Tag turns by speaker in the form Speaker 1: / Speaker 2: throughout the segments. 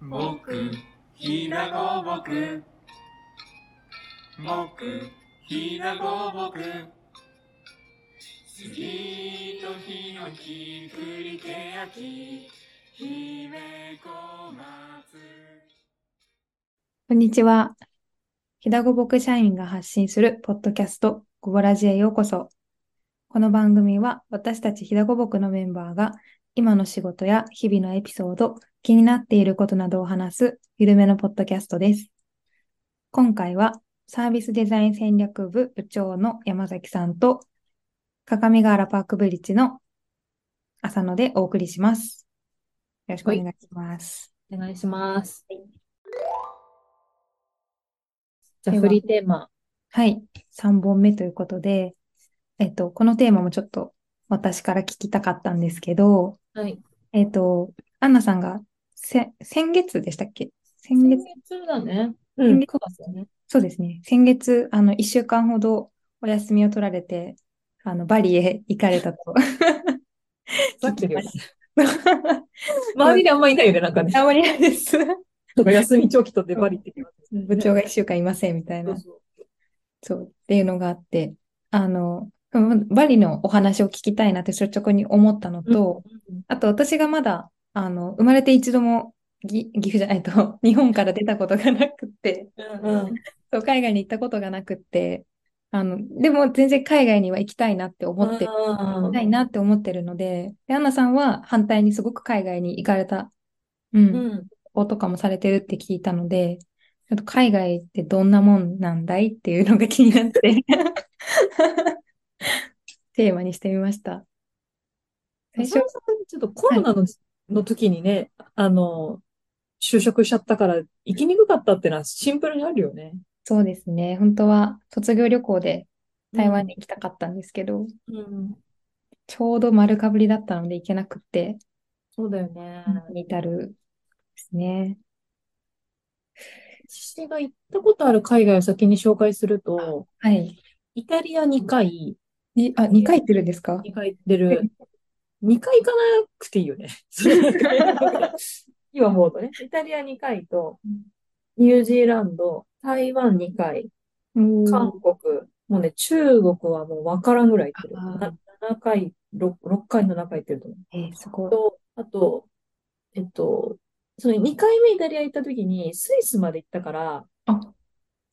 Speaker 1: 木ひなごぼく木ひなごぼく杉とヒノキ栗ケヤキ姫小松
Speaker 2: こんにちは。ひだごぼく社員が発信するポッドキャスト、ごぼらじへようこそ。この番組は私たちひだごぼくのメンバーが今の仕事や日々のエピソード、気になっていることなどを話すゆるめのポッドキャストです。今回はサービスデザイン戦略部部長の山崎さんと、各務原パークブリッジの浅野でお送りします。よろしくお願いします。
Speaker 3: お願いします。じゃ
Speaker 2: で
Speaker 3: あ、
Speaker 2: は
Speaker 3: フリーテーマ。
Speaker 2: はい、3本目ということで、えっと、このテーマもちょっと私から聞きたかったんですけど、
Speaker 3: はい。
Speaker 2: えっと、アンナさんがせ、先月でしたっけ先月、
Speaker 3: 月だね。
Speaker 2: ん
Speaker 3: うん、9月だね。
Speaker 2: そうですね。先月、あの、1週間ほどお休みを取られて、あの、バリへ行かれ たと。
Speaker 3: ざっくりよね
Speaker 2: あ
Speaker 3: 周りであんまいないよね、なんかね。
Speaker 2: まりないです。
Speaker 3: とか休み長期取ってバリってきます。
Speaker 2: 部長が1週間いません、みたい
Speaker 3: そ
Speaker 2: な
Speaker 3: う。そう
Speaker 2: そう、っていうのがあって、あの、うんバリのお話を聞きたいなって率直に思ったのと、
Speaker 3: うん
Speaker 2: あと私がまだ、あの、生まれて一度もぎ岐阜じゃ ないと、日本から出たことがなくって、
Speaker 3: うんうん
Speaker 2: そう、海外に行ったことがなくって、あの、でも全然海外には行きたいなって思って、行
Speaker 3: うん
Speaker 2: きたいなって思ってるので、で、アンナさんは反対にすごく海外に行かれた、う、
Speaker 3: うんん。
Speaker 2: 旅行とかもされてるって聞いたので、ちょっと海外ってどんなもんなんだいっていうのが気に なって、テーマにしてみました。最
Speaker 3: そ
Speaker 2: 初
Speaker 3: も、そもちょっとコロナのの時にね、あの、就職しちゃったから行きにくかったってのはシンプルにあるよね。
Speaker 2: そうですね。本当は卒業旅行で台湾に行きたかったんですけど、
Speaker 3: うん。
Speaker 2: ちょうど丸かぶりだったので行けなくって、
Speaker 3: そうだよね。
Speaker 2: に至るですね。
Speaker 3: 私が行ったことある海外を先に紹介すると、
Speaker 2: はい。
Speaker 3: イタリア2回、
Speaker 2: いあ、2回行ってるんですか
Speaker 3: 2回出る。2回行かなくていいよね。 今思うとね。イタリア2回と
Speaker 2: うん、
Speaker 3: ニュージーランド、台湾2回、
Speaker 2: もう
Speaker 3: 韓国、もうね、中国はもうわからんぐらい行ってる。
Speaker 2: あー
Speaker 3: な7回、6, 六回、7回行ってると思う。
Speaker 2: えー、すごい。
Speaker 3: と、あと、えっと、その2回目イタリア行った時にスイスまで行ったから、
Speaker 2: あ、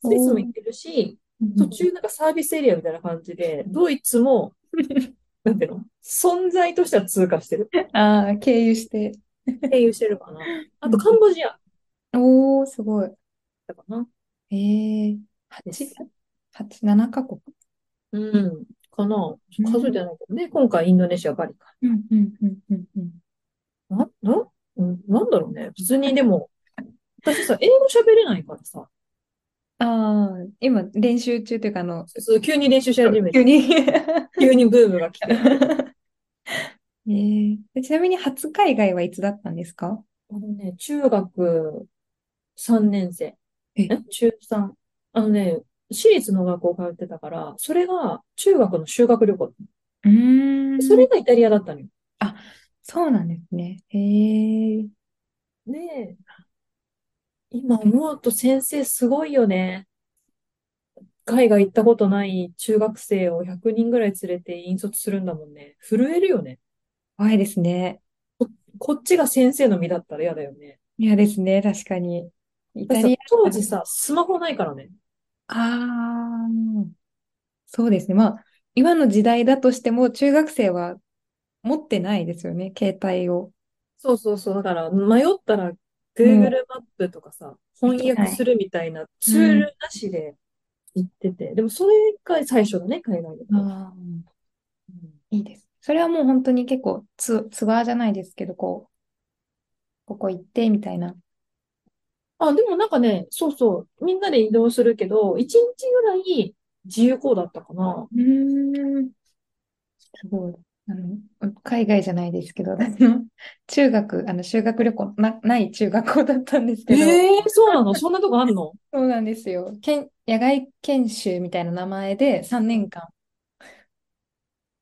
Speaker 3: スイスも行ってるし、途中なんかサービスエリアみたいな感じで、ドイツ も、なんていうの存在としては通過してる。
Speaker 2: ああ、経由して。
Speaker 3: 経由してるかな。あと、カンボジア
Speaker 2: おー、すごい。
Speaker 3: だかな。
Speaker 2: えー、
Speaker 3: です
Speaker 2: 8、八7カ国。
Speaker 3: うん。かな。数えてないけどね。今回、インドネシア、バリか。
Speaker 2: うんうんうんうんうん。
Speaker 3: な、な、うんなんだろうね。普通に、で も、私さ、英語喋れないからさ、
Speaker 2: ああ、今練習中というか、あの、
Speaker 3: 普通急に練習し始め
Speaker 2: 急
Speaker 3: て、
Speaker 2: に
Speaker 3: 急にブームが来て。あ
Speaker 2: えーでちなみに初海外はいつだったんですか
Speaker 3: のね、中学3年生。
Speaker 2: え
Speaker 3: 中3。あのね、私立の学校通ってたから、それが中学の修学旅行。
Speaker 2: うーん
Speaker 3: それがイタリアだったのよ。
Speaker 2: そうなんですね。へえ。
Speaker 3: ねえ。今思うと先生すごいよね。海外行ったことない中学生を100人ぐらい連れて引率するんだもんね。震えるよね。
Speaker 2: 怖いですね。
Speaker 3: こっちが先生の身だったら嫌だよね。
Speaker 2: 嫌ですね、確かに。イタリア、
Speaker 3: 当時さ、スマホないからね。
Speaker 2: ああ、そうですね。まあ、今の時代だとしても、中学生は持ってないですよね、携帯を。
Speaker 3: そうそうそう。だから迷ったら Google マップとかさ、翻訳するみたいなツールなしで行ってて。でもそれが最初のね、海外で。
Speaker 2: ああ、いいです。それはもう本当に結構ツ、ツアーじゃないですけど、こう、ここ行って、みたいな。
Speaker 3: あ、でもなんかね、そうそう、みんなで移動するけど、一日ぐらい自由行だったかな。
Speaker 2: うーん、すごい。あの、海外じゃないですけど、私の中学、あの、修学旅行な、ない中学校だったんですけど、
Speaker 3: ええそうなのそんなとこあんの
Speaker 2: そうなんですよ。けん、野外研修みたいな名前で3年間、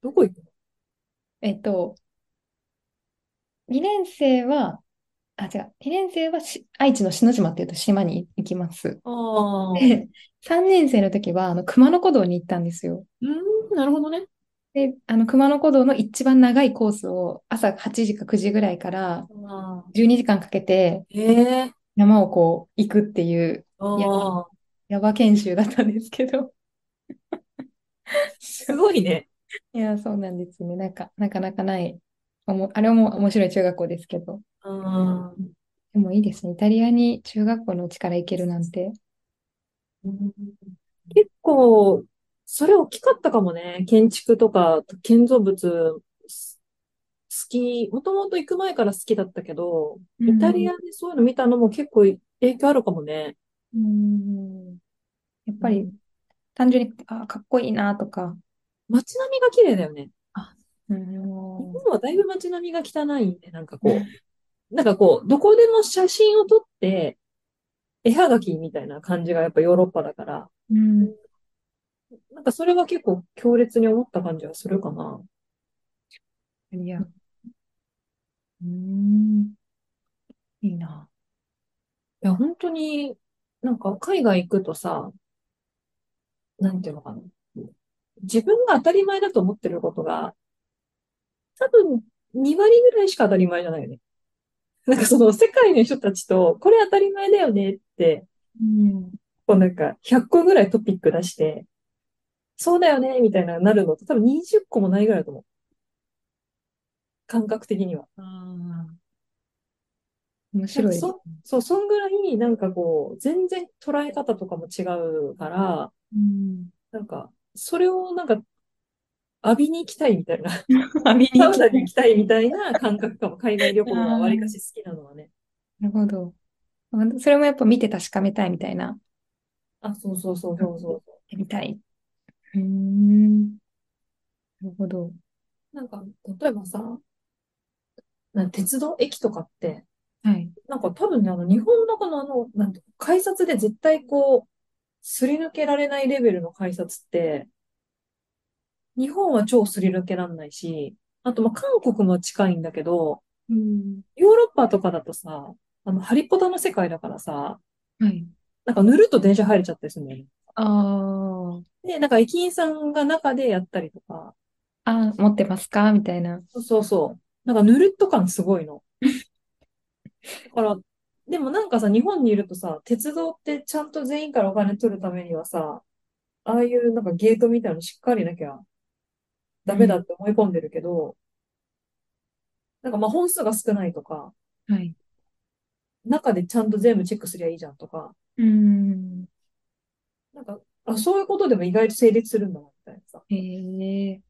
Speaker 3: どこ行くの
Speaker 2: えっと、2年生は、あ、違う。2年生はし愛知の篠島っていうと島に行きます。
Speaker 3: ああ。
Speaker 2: で、3年生の時は、あの、熊野古道に行ったんですよ。
Speaker 3: うん、なるほどね。
Speaker 2: で、あの、熊野古道の一番長いコースを朝8時か9時ぐらいから
Speaker 3: ああ。
Speaker 2: 12時間かけて
Speaker 3: ええ。
Speaker 2: 山をこう行くっていういや
Speaker 3: ああ。
Speaker 2: ヤバ研修だったんですけど。
Speaker 3: すごいね。
Speaker 2: いや、そうなんですね。なんか、なかなかない。おも、あれも面白い中学校ですけど。
Speaker 3: うん。
Speaker 2: でもいいですね。イタリアに中学校のうちから行けるなんて。
Speaker 3: 結構、それ大きかったかもね。建築とか建造物、す好き、もともと行く前から好きだったけど、イタリアでそういうの見たのも結構影響あるかもね。
Speaker 2: うん。やっぱり、単純に、あ、かっこいいなとか。
Speaker 3: 街並みが綺麗だよね。日
Speaker 2: うん。
Speaker 3: 本はだいぶ街並みが汚いんで、なんかこう、なんかこう、どこでも写真を撮って、絵はがきみたいな感じがやっぱヨーロッパだから、
Speaker 2: うん
Speaker 3: なんかそれは結構強烈に思った感じはするかな。
Speaker 2: イタリア。うん。いいな。
Speaker 3: いや、本当に、なんか海外行くとさ、なんていうのかな。自分が当たり前だと思ってることが、多分2割ぐらいしか当たり前じゃないよね。なんかその世界の人たちと、これ当たり前だよねって、
Speaker 2: うん。
Speaker 3: こうなんか100個ぐらいトピック出して、そうだよねみたいななるのと多分20個もないぐらいだと思う。感覚的には。
Speaker 2: 面白い。
Speaker 3: そそう、そんぐらい、なんかこう、全然捉え方とかも違うから、
Speaker 2: うん。
Speaker 3: なんか、それをなんか、浴びに行きたいみたいな、
Speaker 2: あ、見に
Speaker 3: サ
Speaker 2: 行
Speaker 3: ウ
Speaker 2: き
Speaker 3: ナ
Speaker 2: た
Speaker 3: に
Speaker 2: い
Speaker 3: 行きたいみたいな感覚かも、海外旅行がわりかし好きなのはね。
Speaker 2: なるほど。あそれもやっぱ見て確かめたいみたいな。
Speaker 3: あ、そうそうそうそうそう。
Speaker 2: みたい。うーん。なるほど。
Speaker 3: なんか、例えばさ、なんか鉄道駅とかって、
Speaker 2: はい。
Speaker 3: なんか多分ね、あの、日本の中のあの、なんて、改札で絶対こう、すり抜けられないレベルの改札って、日本は超すり抜けらんないし、あとまあ韓国も近いんだけど、
Speaker 2: うん。
Speaker 3: ヨーロッパとかだとさ、あの、ハリポタの世界だからさ、
Speaker 2: はい。
Speaker 3: なんかぬるっと電車入れちゃったりするんだよね。
Speaker 2: あー
Speaker 3: で、なんか駅員さんが中でやったりとか、
Speaker 2: あー、持ってますかみたいな。
Speaker 3: そうそうそう。なんかぬるっと感すごいの。だから、でもなんかさ、日本にいるとさ、鉄道ってちゃんと全員からお金取るためにはさ、ああいうなんかゲートみたいなのしっかりなきゃダメだって思い込んでるけど、なんかまあ本数が少ないとか、
Speaker 2: はい。
Speaker 3: 中でちゃんと全部チェックすりゃいいじゃんとか、
Speaker 2: うーん。
Speaker 3: なんか、あ、そういうことでも意外と成立するんだな、みたいなさ。
Speaker 2: へえ。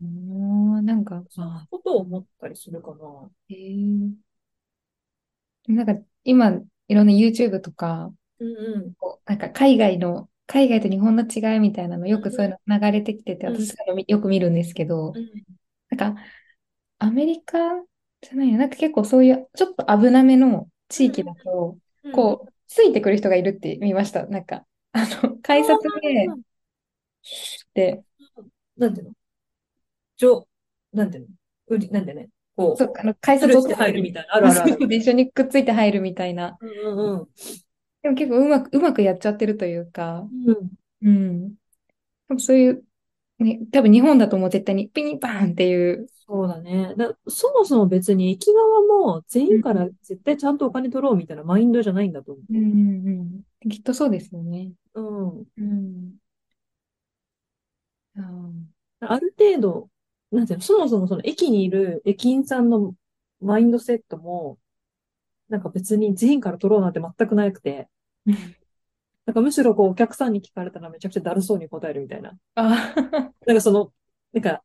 Speaker 2: うーん、なんか、
Speaker 3: そういう
Speaker 2: まあ、
Speaker 3: ことを思ったりするかな。
Speaker 2: へえ。なんか、今、いろんな YouTube とか、
Speaker 3: うんうん。
Speaker 2: こうなんか海外の、海外と日本の違いみたいなの、よくそういうの流れてきてて、
Speaker 3: うん
Speaker 2: 私そういうのみよく見るんですけど、なんか、アメリカじゃないよ。なんか結構そういう、ちょっと危なめの地域だと、
Speaker 3: うん
Speaker 2: こう、ついてくる人がいるって見ました。なんか、あの、改札で、で、
Speaker 3: なんていうのじょ、なんていうの売り、なんてね、こ
Speaker 2: そう、あの、改
Speaker 3: ス
Speaker 2: 札
Speaker 3: ルー
Speaker 2: を
Speaker 3: して入るみたいな。あ
Speaker 2: あ
Speaker 3: るあるある。
Speaker 2: で、一緒にくっついて入るみたいな。
Speaker 3: うんうんうん。
Speaker 2: でも結構うまく、うまくやっちゃってるというか、
Speaker 3: うん。
Speaker 2: うん。でもそういう、ね、多分日本だともう絶対にピンバーンっていう、
Speaker 3: そうだね。だ、そもそも別に駅側も全員から絶対ちゃんとお金取ろうみたいなマインドじゃないんだと
Speaker 2: うんうんうん、きっとそうですよね。
Speaker 3: 思う。うん。
Speaker 2: うん。あー
Speaker 3: ある程度、なんていうの、そもそもその駅にいる駅員さんのマインドセットも、なんか別に全員から取ろうなんて全くなくて、なんかむしろこうお客さんに聞かれたらめちゃくちゃだるそうに答えるみたいな。
Speaker 2: あー、
Speaker 3: なんかその、なんか、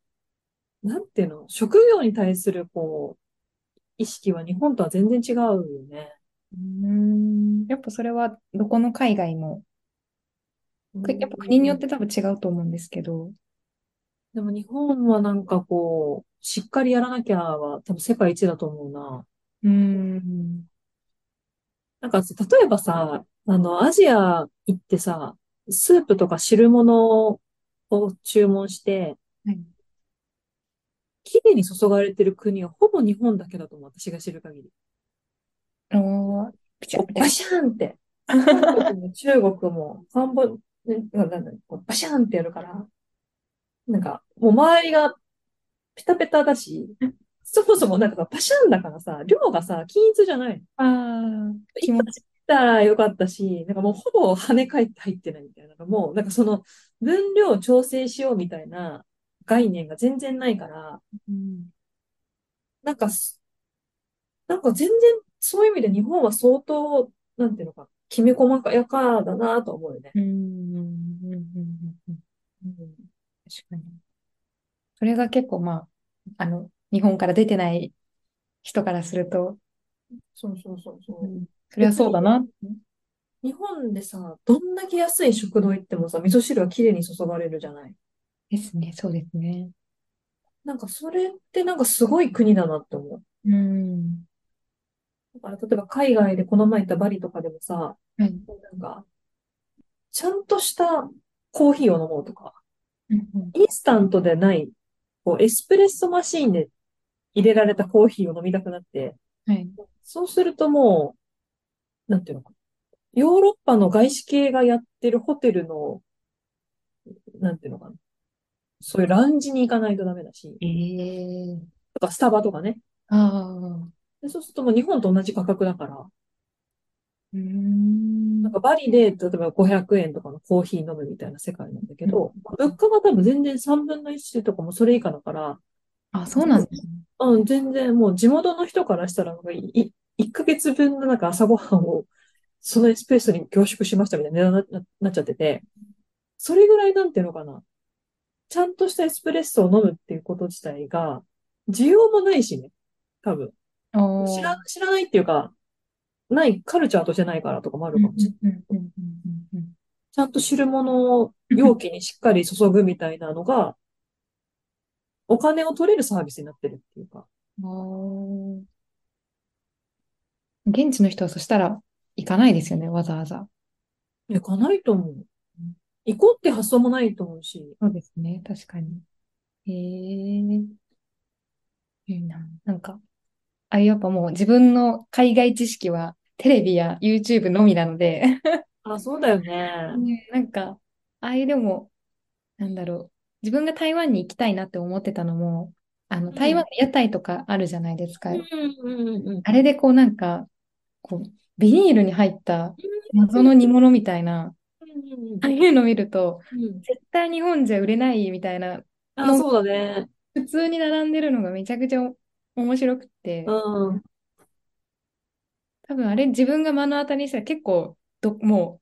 Speaker 3: なんていうの、職業に対するこう、意識は日本とは全然違うよね。
Speaker 2: うん。やっぱそれはどこの海外も、くやっぱ国によって多分違うと思うんですけど。
Speaker 3: でも日本はなんかこう、しっかりやらなきゃは多分世界一だと思うな。
Speaker 2: うん。
Speaker 3: なんかさ例えばさ、あの、アジア行ってさ、スープとか汁物を注文して、
Speaker 2: はい。
Speaker 3: 綺麗に注がれてる国はほぼ日本だけだと思う、私が知る限り。
Speaker 2: おー、ピチャピチ
Speaker 3: バ
Speaker 2: ャ。
Speaker 3: シャーンって。韓国も中国も、カンボ、ね、なんだ、こうバシャーンってやるから、なんか、もう周りがペタペタだし、そもそもなんかさ、バシャーンだからさ、量がさ、均一じゃない。
Speaker 2: あー、気持ち。
Speaker 3: だったらよかったし、なんかもうほぼ跳ね返って入ってないみたいな。なんかもう、なんかその、分量を調整しようみたいな概念が全然ないから、
Speaker 2: うん
Speaker 3: なんかす、なんか全然、そういう意味で日本は相当、なんていうのか、きめ細やかだなと思うよね。
Speaker 2: うんうんうんうんうん
Speaker 3: うん
Speaker 2: 確かに。それが結構まあ、あの、日本から出てない人からすると、
Speaker 3: そうそうそうそうう。
Speaker 2: んそりゃそうだな。
Speaker 3: 日本でさ、どんだけ安い食堂行ってもさ、味噌汁はきれいに注がれるじゃない。
Speaker 2: ですね、そうですね。
Speaker 3: なんかそれってなんかすごい国だなって思う。
Speaker 2: うん。
Speaker 3: だから例えば海外でこの前行ったバリとかでもさ、
Speaker 2: はい。
Speaker 3: なんか、ちゃんとしたコーヒーを飲もうとか、
Speaker 2: うんうん
Speaker 3: インスタントでない、こう、エスプレッソマシーンで入れられたコーヒーを飲みたくなって、
Speaker 2: はい。
Speaker 3: そうするともう、なんていうのか、ヨーロッパの外資系がやってるホテルの、なんていうのかな、そういうラウンジに行かないとダメだし、
Speaker 2: ええ。
Speaker 3: とかスタバとかね。
Speaker 2: ああ。
Speaker 3: でそうするともう日本と同じ価格だから、
Speaker 2: うん
Speaker 3: なんかバリで、例えば500円とかのコーヒー飲むみたいな世界なんだけど、物価が多分全然3分の1とかもそれ以下だから、
Speaker 2: あ、そうなんですね。
Speaker 3: うん、全然もう地元の人からしたら、なんかい、1ヶ月分のなんか朝ごはんを、そのエスプレッソに凝縮しましたみたいな値段にな、なっちゃってて、それぐらいなんていうのかな。ちゃんとしたエスプレッソを飲むっていうこと自体が、需要もないしね。多分。
Speaker 2: おー
Speaker 3: 知ら、知らないっていうか、ない、カルチャーとしてないからとかもある
Speaker 2: うん
Speaker 3: か
Speaker 2: う
Speaker 3: も
Speaker 2: ん
Speaker 3: しれない。
Speaker 2: うんうんうんうん
Speaker 3: ちゃんと汁物を容器にしっかり注ぐみたいなの が、お金を取れるサービスになってるっていうか。
Speaker 2: おー現地の人はそしたら行かないですよね、わざわざ。
Speaker 3: 行かないと思う。行こうって発想もないと思うし。
Speaker 2: そうですね、確かに。へえ、いいな。なんか、あれやっぱもう自分の海外知識はテレビや YouTube のみなので、
Speaker 3: あ、そうだよね。
Speaker 2: なんか、ああいうでも、なんだろう、自分が台湾に行きたいなって思ってたのも、あの、
Speaker 3: ん
Speaker 2: 台湾の屋台とかあるじゃないですか。
Speaker 3: うんうんうんうん。
Speaker 2: あれでこうなんか、こう、ビニールに入った謎の煮物みたいな、ああいうの見ると、
Speaker 3: うん
Speaker 2: 絶対日本じゃ売れないみたいな、
Speaker 3: あ、そうだね。
Speaker 2: 普通に並んでるのがめちゃくちゃ面白くて、
Speaker 3: うん。
Speaker 2: 多分あれ自分が目の当たりにしたら結構ど、も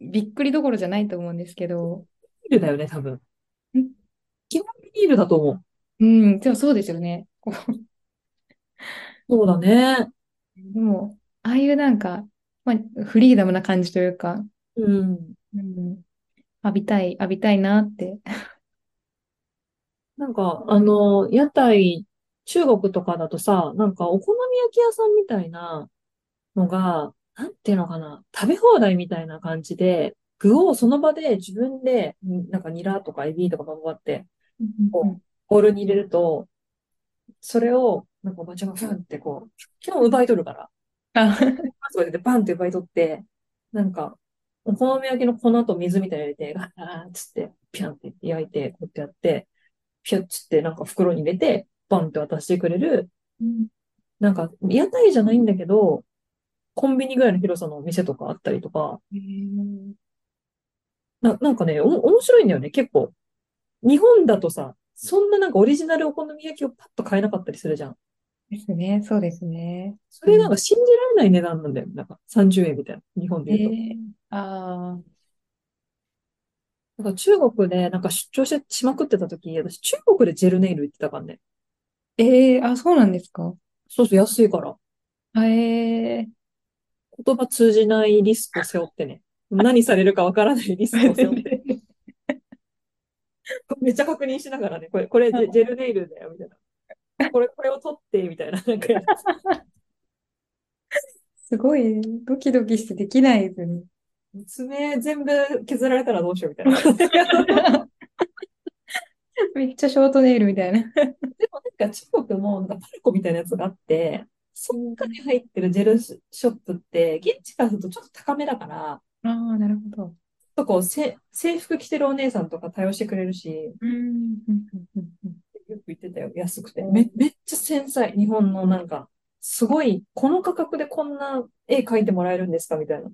Speaker 2: うびっくりどころじゃないと思うんですけど、
Speaker 3: ビールだよね、多分
Speaker 2: ん。
Speaker 3: 基本ビールだと思う。
Speaker 2: うん、でもそうですよね。こう
Speaker 3: そうだね。
Speaker 2: でも、ああいうなんか、まあ、フリーダムな感じというか、
Speaker 3: うん。
Speaker 2: うん、浴びたい、浴びたいなって。
Speaker 3: なんか、あの、屋台、中国とかだとさ、なんかお好み焼き屋さんみたいなのが、なんていうのかな、食べ放題みたいな感じで、具をその場で自分で、になんかニラとかエビとかバババって、こボウルに入れると、それを、なんかおばちゃんがふんってこう、基本奪い取るから、 パ
Speaker 2: あ、
Speaker 3: ンとか出てバンって奪い取って、なんか、お好み焼きの粉と水みたいなの入れて、ガ ーッつって、ピャンって焼いて、こうやってやって、ピャッつってなんか袋に入れて、バンって渡してくれる、
Speaker 2: うん
Speaker 3: なんか、屋台じゃないんだけど、コンビニぐらいの広さのお店とかあったりとか、
Speaker 2: へー
Speaker 3: な、なんかね、おも、面白いんだよね、結構。日本だとさ、そんななんかオリジナルお好み焼きをパッと買えなかったりするじゃん。
Speaker 2: ですね、そうですね。
Speaker 3: それなんか信じられない値段なんだよ。なんか30円みたいな。日本で
Speaker 2: え
Speaker 3: 言うと。
Speaker 2: ああ、
Speaker 3: なんか中国でなんか出張してしまくってた時、私中国でジェルネイル行ってたからね。
Speaker 2: ええあ、そうなんですか。
Speaker 3: そうそう、安いから。
Speaker 2: あええ
Speaker 3: 言葉通じないリスクを背負ってね。何されるかわからないリスクを背負 って。 めっちゃ確認しながらね、これ、これジェジェルネイルだよ、みたいな。これ、これを取って、みたいな。なんかやって
Speaker 2: すごい、ドキドキしてできないですね。
Speaker 3: 爪全部削られたらどうしよう、みたいな。でもなん
Speaker 2: めっちゃショートネイルみたいな。
Speaker 3: なんか中国のなんかパルコみたいなやつがあって、その中に入ってるジェルショップって、現地からするとちょっと高めだから、
Speaker 2: ああ、なるほど。
Speaker 3: ちょっとこうせ、制服着てるお姉さんとか対応してくれるし、
Speaker 2: うん、うん、うん、うん。
Speaker 3: よく言ってたよ、安くて。め、めっちゃ繊細、日本のなんか、すごい、この価格でこんな絵描いてもらえるんですかみたいな。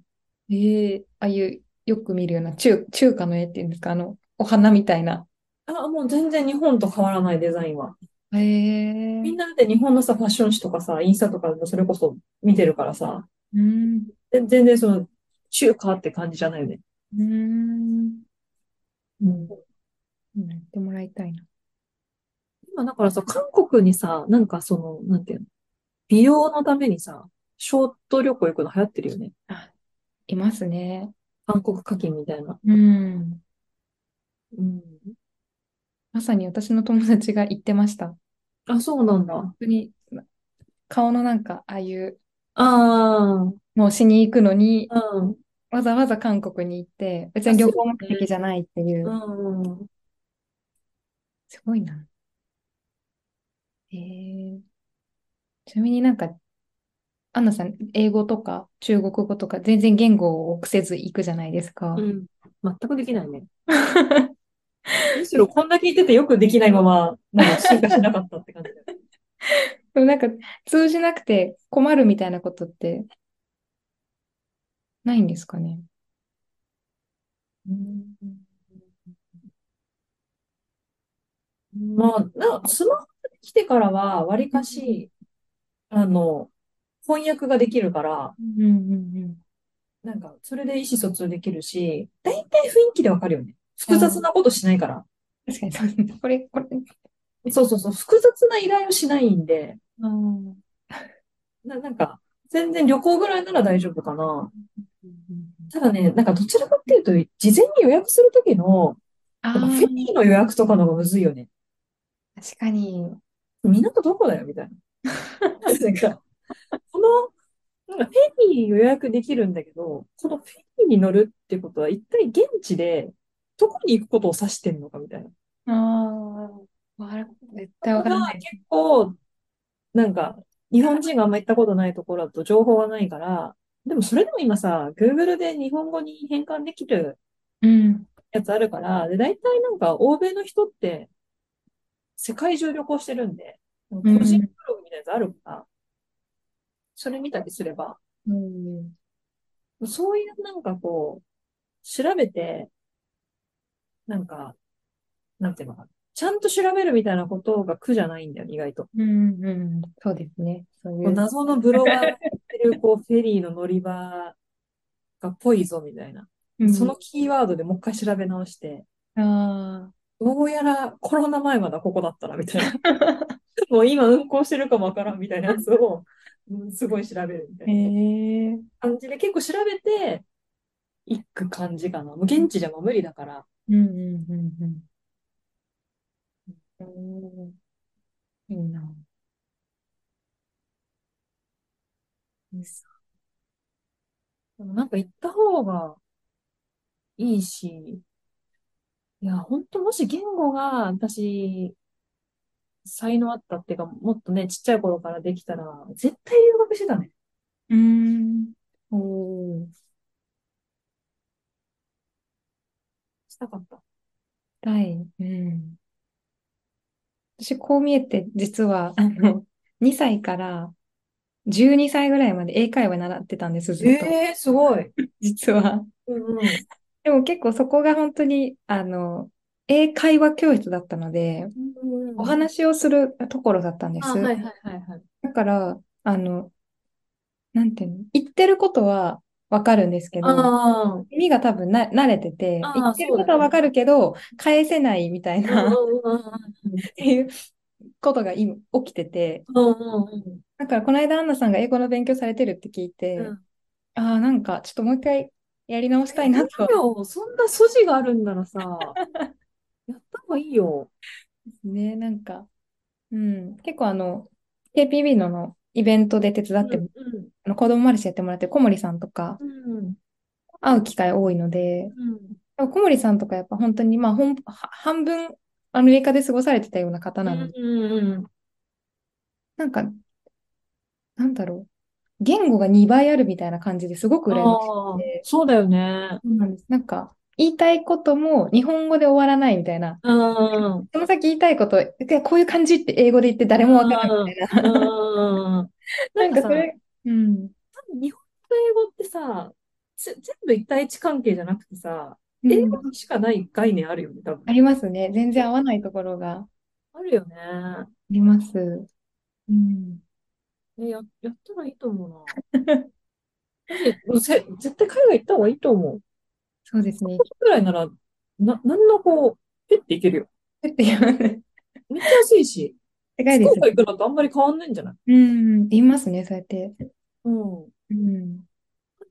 Speaker 2: ええああいう、よく見るような中、中華の絵っていうんですか、あの、お花みたいな。
Speaker 3: あ、もう全然日本と変わらないデザインは。
Speaker 2: へえ
Speaker 3: みんなで日本のさ、ファッション誌とかさ、インスタとかでもそれこそ見てるからさ、
Speaker 2: うん、
Speaker 3: で全然その、中華って感じじゃないよね。
Speaker 2: うん。
Speaker 3: うん。
Speaker 2: うんやってもらいたいな。
Speaker 3: 今だからさ、韓国にさ、なんかその、なんていうの、美容のためにさ、ショート旅行行くの流行ってるよね。
Speaker 2: いますね。
Speaker 3: 韓国課金みたいな。
Speaker 2: うん。
Speaker 3: うん。
Speaker 2: まさに私の友達が言ってました。本
Speaker 3: あ、そうなんだ。あ
Speaker 2: 当に、顔のなんか、ああいう
Speaker 3: あ、
Speaker 2: のをしに行くのに、
Speaker 3: うん。
Speaker 2: わざわざ韓国に行って、別に旅行目的じゃないっていうう。
Speaker 3: ん。
Speaker 2: すごいな。へえ。ちなみになんか、アンナさん、英語とか中国語とか全然言語を臆せず行くじゃないですか。
Speaker 3: うん。全くでき ないね。むしろこんだけ言っててよくできないまま、なんか進化しなかったって感じだよ。
Speaker 2: でもなんか通じなくて困るみたいなことってないんですかね。
Speaker 3: まあ、なんかスマホが来てからは、わりかし、あの、翻訳ができるから、
Speaker 2: うんうん
Speaker 3: なんか、それで意思疎通できるし、大体雰囲気でわかるよね。複雑なことしないから。
Speaker 2: うん。確かにそうですね。これ、これ。
Speaker 3: そうそうそう、複雑な依頼をしないんで、
Speaker 2: あー
Speaker 3: な、なんか、全然旅行ぐらいなら大丈夫かな。ただね、なんかどちらかっていうと、事前に予約するときの、
Speaker 2: あ
Speaker 3: なんかフェリーの予約とかの方がむずいよね。
Speaker 2: ー、確かに。
Speaker 3: 港どこだよみたいな。 なんか、この、なんかフェリー予約できるんだけど、このフェリーに乗るってことは一体現地でどこに行くことを指してんのかみたいな。
Speaker 2: ああ、わかる絶対わからない。
Speaker 3: 結構、なんか、日本人があんま行ったことないところだと情報がないから、でもそれでも今さ、Google で日本語に変換できる
Speaker 2: うん。
Speaker 3: やつあるから、で、大体なんか欧米の人って世界中旅行してるんで、個人ブログみたいなやつあるから、それ見たりすれば、
Speaker 2: うん。
Speaker 3: そういうなんかこう、調べて、なんか、なんていうのかな。ちゃんと調べるみたいなことが苦じゃないんだよ、意外と。
Speaker 2: うんうん。そうですね。そうい
Speaker 3: こう
Speaker 2: う。
Speaker 3: 謎のブロガーがやってる、 こう、フェリーの乗り場がぽいぞ、みたいな。
Speaker 2: うん
Speaker 3: そのキーワードでもう一回調べ直して、
Speaker 2: あ
Speaker 3: どうやらコロナ前まだここだったな、みたいな。 もう今運行してるかもわからん、みたいなやつを、うんすごい調べるみた
Speaker 2: あ。
Speaker 3: い
Speaker 2: へ
Speaker 3: な
Speaker 2: え。
Speaker 3: 感じで、結構調べて、行く感じかな。もう現地じゃもう無理だから。
Speaker 2: うんうんうんうん。うんいいな。
Speaker 3: でもなんか行った方がいいし、いや、ほんともし言語が私、才能あったっていうか、もっとね、ちっちゃい頃からできたら、絶対留学してたね。
Speaker 2: うーん。おー、
Speaker 3: したかった。
Speaker 2: たい。うん。私、こう見えて、実は、あの、2歳から12歳ぐらいまで英会話習ってたんです、ずっと。
Speaker 3: ええすごい。
Speaker 2: 実は。
Speaker 3: うんうん。
Speaker 2: でも結構そこが本当に、あの、英会話教室だったので、お話をするところだったんで
Speaker 3: あ、
Speaker 2: す。
Speaker 3: はいはいはいはい。
Speaker 2: だから、あの、なんていうの、言ってることはわかるんですけど、
Speaker 3: あ
Speaker 2: 耳が多分な慣れてて、
Speaker 3: あー
Speaker 2: 言ってる
Speaker 3: そう
Speaker 2: こ
Speaker 3: だね
Speaker 2: とはわかるけど、返せないみたい
Speaker 3: あ、
Speaker 2: な、
Speaker 3: う
Speaker 2: っ
Speaker 3: んうん
Speaker 2: て いうことが今起きてて、
Speaker 3: うんうん。うんうん
Speaker 2: だからこの間アンナさんが英語の勉強されてるって聞いて、
Speaker 3: うん。
Speaker 2: ああ、なんかちょっともう一回やり直したいなと。
Speaker 3: いいよ、そんな素地があるんなら さ、やった方がいいよ。
Speaker 2: ね、なんか、うん、結構あの、KPB ののイベントで手伝って、
Speaker 3: うん
Speaker 2: あの子供マルシェやってもらってる小森さんとか
Speaker 3: うん。うん。
Speaker 2: 会う機会多いので、
Speaker 3: うん。
Speaker 2: でも小森さんとかやっぱ本当に、まあ、ほんは半分アメリカで過ごされてたような方なので、
Speaker 3: うんうんうん。
Speaker 2: なんか、なんだろう。言語が2倍あるみたいな感じですごく羨まし
Speaker 3: ああ
Speaker 2: くて。
Speaker 3: そうだよね。
Speaker 2: そうなんです。なんか、言いたいことも日本語で終わらないみたいな。
Speaker 3: うん。
Speaker 2: その先言いたいこと、いやこういう感じって英語で言って誰もわからないみたいな。
Speaker 3: うん。
Speaker 2: なんか
Speaker 3: さ
Speaker 2: それ、うん。
Speaker 3: 日本と英語ってさ、ぜ全部一対一関係じゃなくてさ、
Speaker 2: うん
Speaker 3: 英語にしかない概念あるよね、多分。
Speaker 2: ありますね。全然合わないところがあ
Speaker 3: あるよね。
Speaker 2: ります。うん。
Speaker 3: ね、や、やったらいいと思 うな。マジでぜ絶対海外行った方がいいと思う。
Speaker 2: そうです ね。
Speaker 3: ぐらいなら、な、なんのこう、ペッていけるよ。
Speaker 2: って言わない。
Speaker 3: めっちゃ安いし、
Speaker 2: でかいです
Speaker 3: 福岡行くのとあんまり変わんないんじゃない
Speaker 2: うん。言いますね、そうやって。
Speaker 3: うん。
Speaker 2: うん。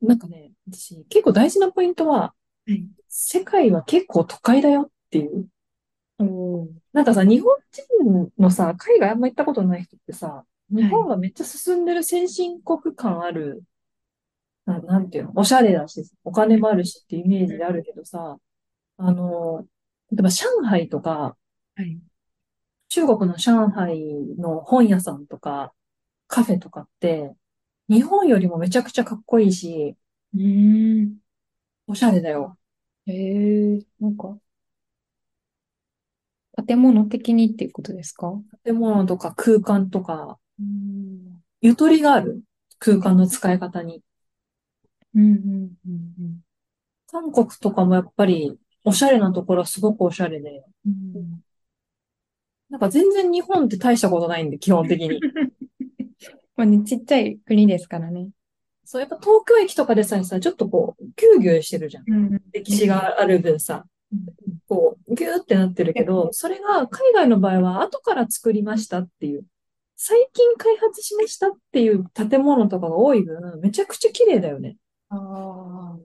Speaker 3: なんかね、私、結構大事なポイントは、
Speaker 2: はい。
Speaker 3: 世界は結構都会だよっていう。
Speaker 2: おー
Speaker 3: なんかさ、日本人のさ、海外あんま行ったことない人ってさ、日本がめっちゃ進んでる先進国感ある、な、なんていうの、おしゃれだし、お金もあるしってイメージであるけどさ、あの、例えば上海とか、
Speaker 2: はい。
Speaker 3: 中国の上海の本屋さんとか、カフェとかって、日本よりもめちゃくちゃかっこいいし、
Speaker 2: うん。
Speaker 3: おしゃれだよ。
Speaker 2: ええなんか、建物的にっていうことですか
Speaker 3: 建物とか空間とか、
Speaker 2: うん。
Speaker 3: ゆとりがある。空間の使い方に。
Speaker 2: うん、うん、うん、
Speaker 3: 韓国とかもやっぱり、おしゃれなところはすごくおしゃれで、
Speaker 2: うん。
Speaker 3: なんか全然日本って大したことないんで、基本的に。
Speaker 2: まあね、ちっちゃい国ですからね。
Speaker 3: そう、やっぱ東京駅とかでさえさ、ちょっとこう、ぎゅうぎゅうしてるじゃん。
Speaker 2: うん。
Speaker 3: 歴史がある分さ、こう、ぎゅーってなってるけど、それが海外の場合は後から作りましたっていう、最近開発しましたっていう建物とかが多い分、めちゃくちゃ綺麗だよね。
Speaker 2: ああ。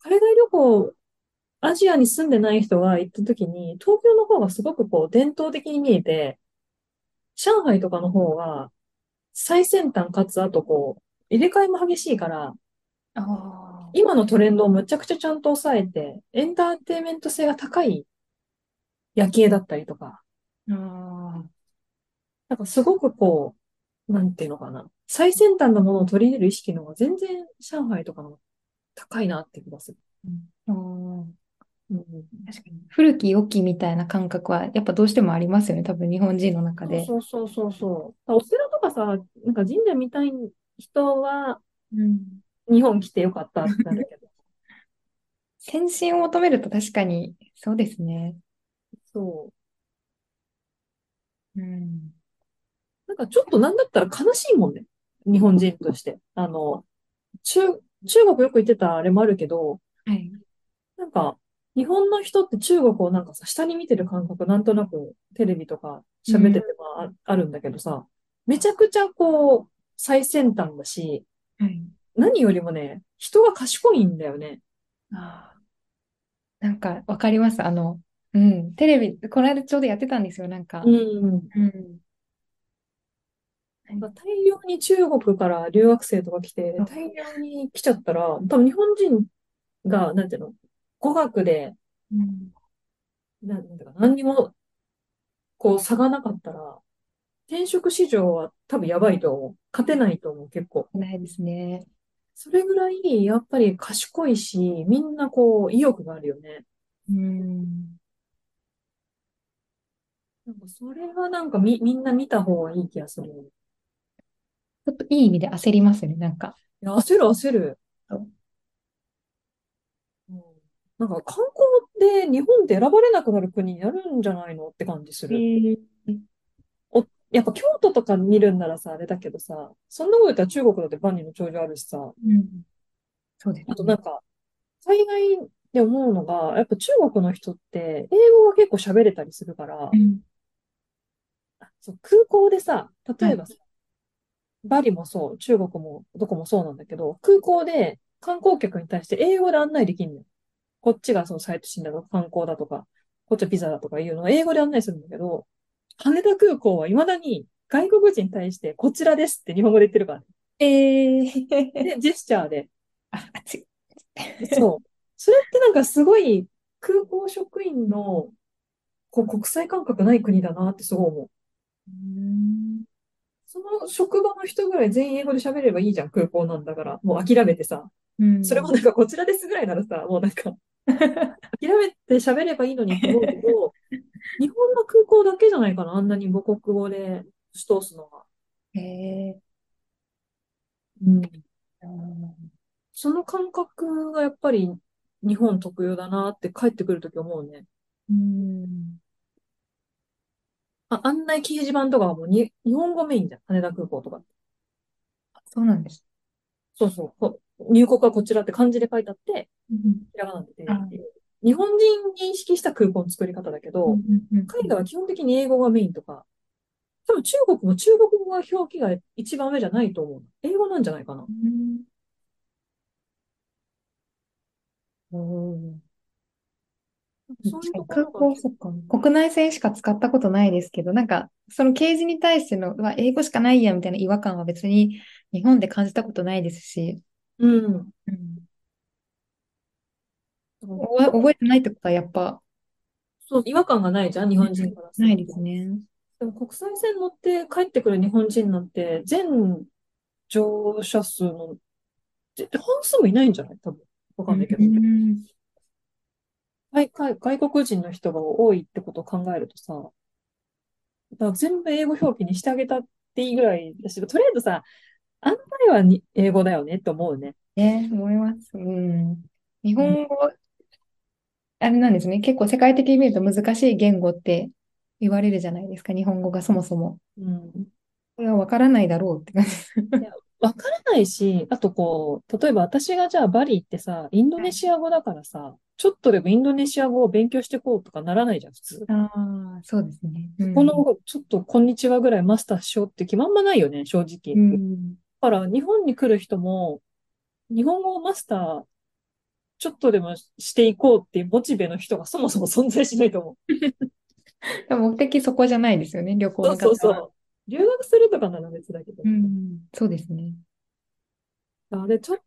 Speaker 3: 海外旅行、アジアに住んでない人が行った時に、東京の方がすごくこう伝統的に見えて、上海とかの方が最先端かつあとこう、入れ替えも激しいから、
Speaker 2: ああ。
Speaker 3: 今のトレンドをむちゃくちゃちゃんと抑えて、エンターテインメント性が高い夜景だったりとか、
Speaker 2: ああ。
Speaker 3: なんかすごくこう、なんていうのかな、最先端のものを取り入れる意識の方が全然上海とかの方が高いなって気がする。
Speaker 2: ああ。
Speaker 3: うん、
Speaker 2: 確かに。古き良きみたいな感覚は、やっぱどうしてもありますよね。多分日本人の中で。
Speaker 3: そうそうそうそう。お寺とかさ、なんか神社みたい人は
Speaker 2: うん。
Speaker 3: 日本来てよかったってなるけど。
Speaker 2: 先進を求めると確かに、そうですね。
Speaker 3: そう。
Speaker 2: うん。
Speaker 3: なんかちょっとなんだったら悲しいもんね。日本人として。あの、中、中国よく行ってたあれもあるけど、
Speaker 2: はい。
Speaker 3: なんか、日本の人って中国をなんかさ、下に見てる感覚、なんとなくテレビとか喋っててもあ、あるんだけどさ、めちゃくちゃこう、最先端だし、
Speaker 2: はい。
Speaker 3: 何よりもね、人が賢いんだよね。
Speaker 2: ああ。なんか、わかります。あの、うん。テレビ、この間ちょうどやってたんですよ。なんか。
Speaker 3: うん。
Speaker 2: うん。
Speaker 3: まあ大量に中国から留学生とか来て、大量に来ちゃったら、多分日本人が、なんていうの、語学で、
Speaker 2: うん。
Speaker 3: なんなんていうか、何にも、こう、差がなかったら、転職市場は多分やばいと思う。勝てないと思う、結構。
Speaker 2: ないですね。
Speaker 3: それぐらい、やっぱり賢いし、みんなこう、意欲があるよね。
Speaker 2: うん。
Speaker 3: なんか、それはなんかみ、みんな見た方がいい気がする。い
Speaker 2: ちょっといい意味で焦りますね。なんか。
Speaker 3: や、焦る焦る。
Speaker 2: そう
Speaker 3: うんなんか、観光で日本って選ばれなくなる国になるんじゃないのって感じする。やっぱ京都とか見るんならさ、あれだけどさ、そんなこと言ったら中国だって万里の長城あるしさ、
Speaker 2: うん。そうです
Speaker 3: あと
Speaker 2: ね。
Speaker 3: なんか、海外で思うのが、やっぱ中国の人って英語が結構喋れたりするから
Speaker 2: う、ん。
Speaker 3: そう空港でさ、例えばさ、バリもそう、中国もどこもそうなんだけど、空港で観光客に対して英語で案内できるのよ。こっちがそのサイトシーンだとか観光だとか、こっちはピザだとかいうのを英語で案内するんだけど、羽田空港は未だに外国人に対してこちらですって日本語で言ってるからね
Speaker 2: ええ。
Speaker 3: で、ジェスチャーで。
Speaker 2: あ、熱い。
Speaker 3: そう。それってなんかすごい空港職員のこう国際感覚ない国だなってすごい思う。
Speaker 2: うん。
Speaker 3: その職場の人ぐらい全員英語で喋ればいいじゃん、空港なんだから。もう諦めてさ。
Speaker 2: うん
Speaker 3: それもなんかこちらですぐらいならさ、もうなんか、諦めて喋ればいいのにと思うけ ど、日本の空港だけじゃないかな、あんなに母国語で押し通すのは。
Speaker 2: へえ
Speaker 3: うん。
Speaker 2: うん
Speaker 3: その感覚がやっぱり日本特有だなって帰ってくるとき思うね。
Speaker 2: うん
Speaker 3: あ、案内掲示板とかはもうに日本語メインじゃん、羽田空港とか。
Speaker 2: そうなんです。
Speaker 3: そうそうこ。入国はこちらって漢字で書いてあって、ひらがなで出るっていう。日本人に意識した空港の作り方だけど、海外は基本的に英語がメインとか、多分中国も中国語が表記が一番上じゃないと思う。英語なんじゃないかな。
Speaker 2: うんうん
Speaker 3: そういうところ
Speaker 2: 空
Speaker 3: が
Speaker 2: 港、そっか。国内線しか使ったことないですけど、なんか、その掲示に対しての、うわ英語しかないや、みたいな違和感は別に日本で感じたことないですし、
Speaker 3: うん。
Speaker 2: おわ覚えてないってことはやっぱ
Speaker 3: そう、違和感がないじゃん、日本人からする
Speaker 2: な
Speaker 3: と
Speaker 2: いですね。
Speaker 3: でも国際線乗って帰ってくる日本人なんて、全乗車数の、ぜ半数もいないんじゃない多分。わかんないけど。
Speaker 2: うん
Speaker 3: 外外外国人の人が多いってことを考えるとさ、だから全部英語表記にしてあげたっていいぐらいだし、とりあえずさ、案内はに英語だよねって思うね。
Speaker 2: ね、思います。うん。日本語、あれなんですね。結構世界的に見ると難しい言語って言われるじゃないですか。日本語がそもそも。
Speaker 3: うん。
Speaker 2: これはわからないだろうって感じ。
Speaker 3: わからないし、あとこう、例えば私がじゃあバリ行ってさ、インドネシア語だからさ、ちょっとでもインドネシア語を勉強してこうとかならないじゃん、普通。
Speaker 2: ああ、そうですね。うん
Speaker 3: この、ちょっと、こんにちはぐらいマスターしようって気まんまないよね、正直。
Speaker 2: う
Speaker 3: だ
Speaker 2: ん。
Speaker 3: から、日本に来る人も、日本語をマスター、ちょっとでもしていこうっていうモチベの人がそもそも存在しないと思
Speaker 2: でも目的そこじゃないですよね、旅行
Speaker 3: う。
Speaker 2: の
Speaker 3: そうそう
Speaker 2: 方
Speaker 3: そ
Speaker 2: は。
Speaker 3: う。留学するとかなら別だけど
Speaker 2: う。ん、そうですね。
Speaker 3: あれ、ちょ、た、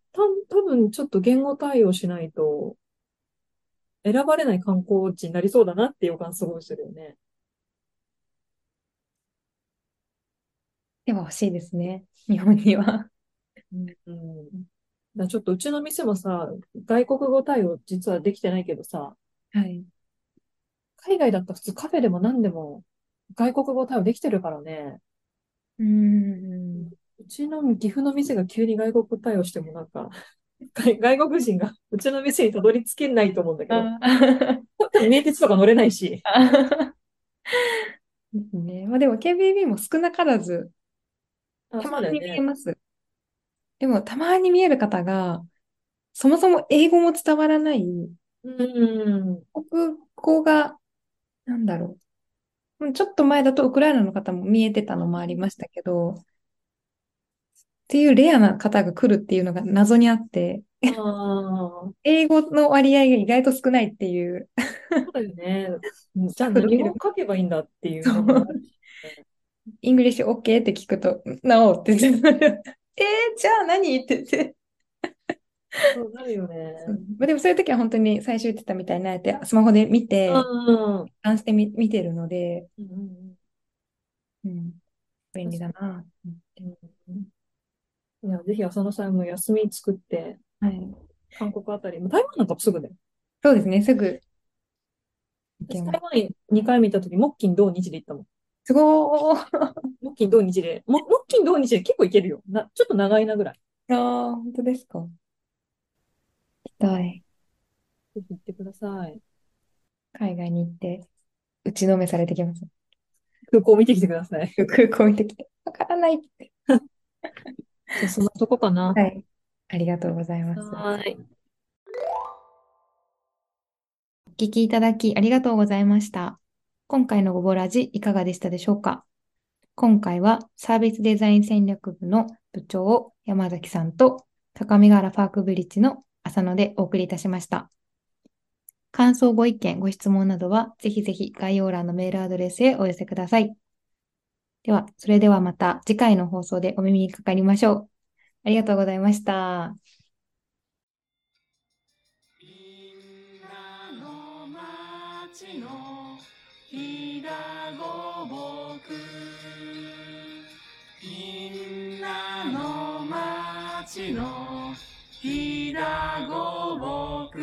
Speaker 3: 多分ちょっと言語対応しないと、選ばれない観光地になりそうだなって予感すごいするよね。
Speaker 2: では欲しいですね、日本には。
Speaker 3: うん。だからちょっとうちの店もさ、外国語対応実はできてないけどさ、
Speaker 2: はい。
Speaker 3: 海外だったら普通カフェでも何でも外国語対応できてるからね。
Speaker 2: うん。
Speaker 3: うちの岐阜の店が急に外国語対応してもなん か、外外国人が うちの店にたどり着けないと思うんだけど、
Speaker 2: あ
Speaker 3: 多分名鉄とか乗れないし。
Speaker 2: ですね。まあでも KBB も少なからず、
Speaker 3: あ、
Speaker 2: た
Speaker 3: そう
Speaker 2: ま
Speaker 3: だよ
Speaker 2: に見え
Speaker 3: ね。
Speaker 2: ます。でも、たまに見える方が、そもそも英語も伝わらない、
Speaker 3: うん。
Speaker 2: 国語が、なんだろう。うんちょっと前だとウクライナの方も見えてたのもありましたけど、っていうレアな方が来るっていうのが謎にあって、
Speaker 3: ああ。
Speaker 2: 英語の割合が意外と少ないっていう。
Speaker 3: そうだよ ね。じゃあ、日本書けばいいんだっていうの
Speaker 2: そ
Speaker 3: も
Speaker 2: うイングリッシュ OK って聞くと、なおって全部えー、じゃあ何って言って。
Speaker 3: そうなるよね。
Speaker 2: まあでもそういう時は本当に最初言ってたみたいになって、スマホで見て、
Speaker 3: うん。うん
Speaker 2: 俯瞰してみ見てるので、
Speaker 3: うん
Speaker 2: うん、便利だな。
Speaker 3: うんいや、ぜひ浅野さんも休み作って、
Speaker 2: はい。
Speaker 3: 韓国あたり、もう台湾なんかもすぐだよ。
Speaker 2: そうですね、すぐ行け
Speaker 3: 私
Speaker 2: ま
Speaker 3: 台
Speaker 2: す。
Speaker 3: 湾2回見たとき、木金土日で行ったもん。
Speaker 2: すごー。
Speaker 3: 木金土日で、も木金土日で結構行けるよ。な、ちょっと長いなぐらい。
Speaker 2: あー、本当ですか。行きたい。
Speaker 3: ぜひ行ってください。
Speaker 2: 海外に行って、打ちのめされてきます。
Speaker 3: 空港見てきてください。
Speaker 2: 空港見てきて。わからないって。
Speaker 3: じゃあそんなとこかな。
Speaker 2: はい。ありがとうございます。
Speaker 3: はい。
Speaker 2: お聞きいただきありがとうございました。今回のごぼらじいかがでしたでしょうか今回はサービスデザイン戦略部の部長山崎さんと高見ヶ原パークブリッジの浅野でお送りいたしました。感想、ご意見、ご質問などはぜひぜひ概要欄のメールアドレスへお寄せください。では、それではまた次回の放送でお耳にかかりましょう。ありがとうございました。
Speaker 1: みんなの町のひだごぼくみちのひだごぼく